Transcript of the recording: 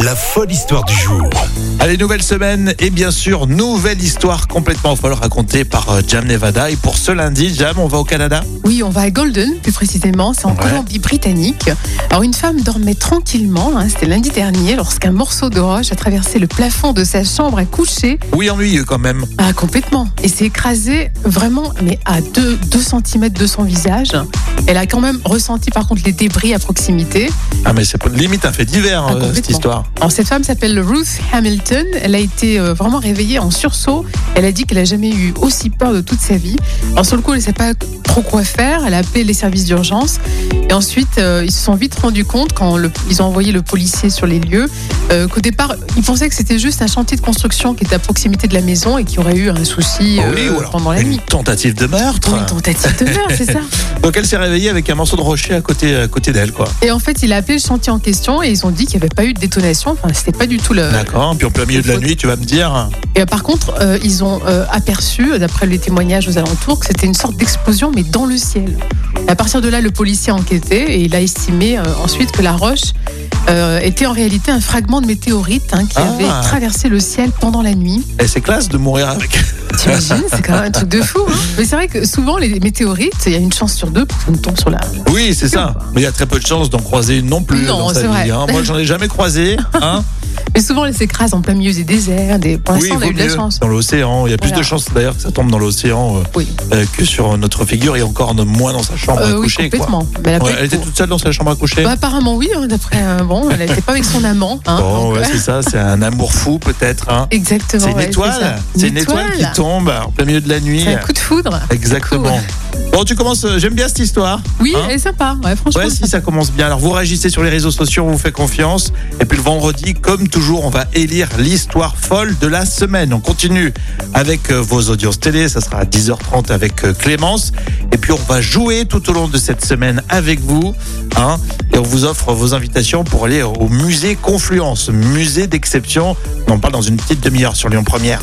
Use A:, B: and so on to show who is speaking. A: La folle histoire du jour.
B: Allez, nouvelle semaine et bien sûr, nouvelle histoire complètement folle racontée par euh, Jam Nevada. Et pour ce lundi, Jam, on va au Canada
C: Oui, on va à Golden, plus précisément, c'est en
B: Ouais.
C: Colombie-Britannique. Alors, une femme dormait tranquillement, hein, c'était lundi dernier, lorsqu'un morceau de roche a traversé le plafond de sa chambre à coucher.
B: Oui, ennuyeux quand même.
C: Ah, complètement. Et s'est écrasé vraiment, mais à 2, cm de son visage. Elle a quand même ressenti, par contre, les débris à proximité.
B: Ah, mais c'est pas- limite un fait divers, euh,
C: Ah,
B: cette
C: complètement.
B: histoire.
C: Alors, cette femme s'appelle Ruth Hamilton. Elle a été euh, vraiment réveillée en sursaut. Elle a dit qu'elle n'a jamais eu aussi peur de toute sa vie. Alors, sur le coup, elle ne sait pas trop quoi faire. Elle a appelé les services d'urgence. Et ensuite, euh, ils se sont vite rendus compte, quand le- ils ont envoyé le policier sur les lieux, euh, qu'au départ, ils pensaient que c'était juste un chantier de construction qui était à proximité de la maison et qui aurait eu un souci euh,
B: Ah oui, ou alors
C: pendant la
B: une euh,
C: nuit.
B: tentative de meurtre.
C: Pour une tentative de meurtre, c'est ça
B: Donc elle s'est réveillée avec un morceau de rocher à côté, à côté d'elle, quoi.
C: Et en fait, il a appelé le chantier en question et ils ont dit qu'il n'y avait pas eu de détonation. Enfin, c'était pas du tout le,
B: D'accord. Puis en plein milieu de la
C: faut-
B: nuit, tu vas me dire.
C: Et euh, par contre, euh, ils ont euh, aperçu, d'après les témoignages aux alentours, que c'était une sorte d'explosion, mais dans le ciel. À partir de là, le policier a enquêté et il a estimé euh, ensuite que la roche euh, était en réalité un fragment de météorite hein, qui
B: Ah.
C: avait traversé le ciel pendant la nuit.
B: Et eh, c'est classe de mourir avec.
C: T'imagines C'est quand même un truc de fou. hein. Mais c'est vrai que souvent, les météorites, il y a une chance sur deux pour qu'on tombe sur la.
B: Oui, c'est ça. Mais il y a très peu de chances d'en croiser une non plus.
C: Non,
B: dans sa
C: c'est
B: vie,
C: vrai.
B: hein. Moi, j'en ai jamais croisé. Hein
C: Mais souvent, elle s'écrase en plein milieu des déserts. Des... Pour
B: oui,
C: l'instant, on a
B: vaut
C: eu de la
B: mieux.
C: chance.
B: Dans l'océan. Il y a plus
C: Voilà.
B: de chances d'ailleurs que ça tombe dans l'océan euh,
C: Oui,
B: euh, que sur notre figure et encore moins dans sa chambre
C: Euh,
B: à
C: oui
B: coucher. quoi.
C: complètement. Mais elle a pas
B: Ouais,
C: eu de
B: elle était
C: peau.
B: toute seule dans sa chambre à coucher.
C: Bah, apparemment, oui. hein, d'après, euh, bon, elle n'était pas avec son amant. hein,
B: bon,
C: donc,
B: ouais,
C: euh,
B: c'est ça. C'est un amour fou, peut-être. hein.
C: Exactement.
B: C'est une
C: ouais,
B: étoile.
C: ça.
B: C'est une étoile qui tombe en plein milieu de la nuit.
C: C'est un coup de foudre.
B: Exactement. Bon, tu commences. euh, J'aime bien cette histoire.
C: Oui,
B: Hein
C: elle est sympa. Ouais, franchement.
B: Ouais, si ça commence bien. Alors, vous réagissez sur les réseaux sociaux, on vous fait confiance. Et puis le vendredi, comme toujours, on va élire l'histoire folle de la semaine. On continue avec euh, vos audiences télé. Ça sera à 10h30 avec euh, Clémence. Et puis, on va jouer tout au long de cette semaine avec vous. hein. et on vous offre vos invitations pour aller au musée Confluence, musée d'exception. On en parle dans une petite demi-heure sur Lyon Première.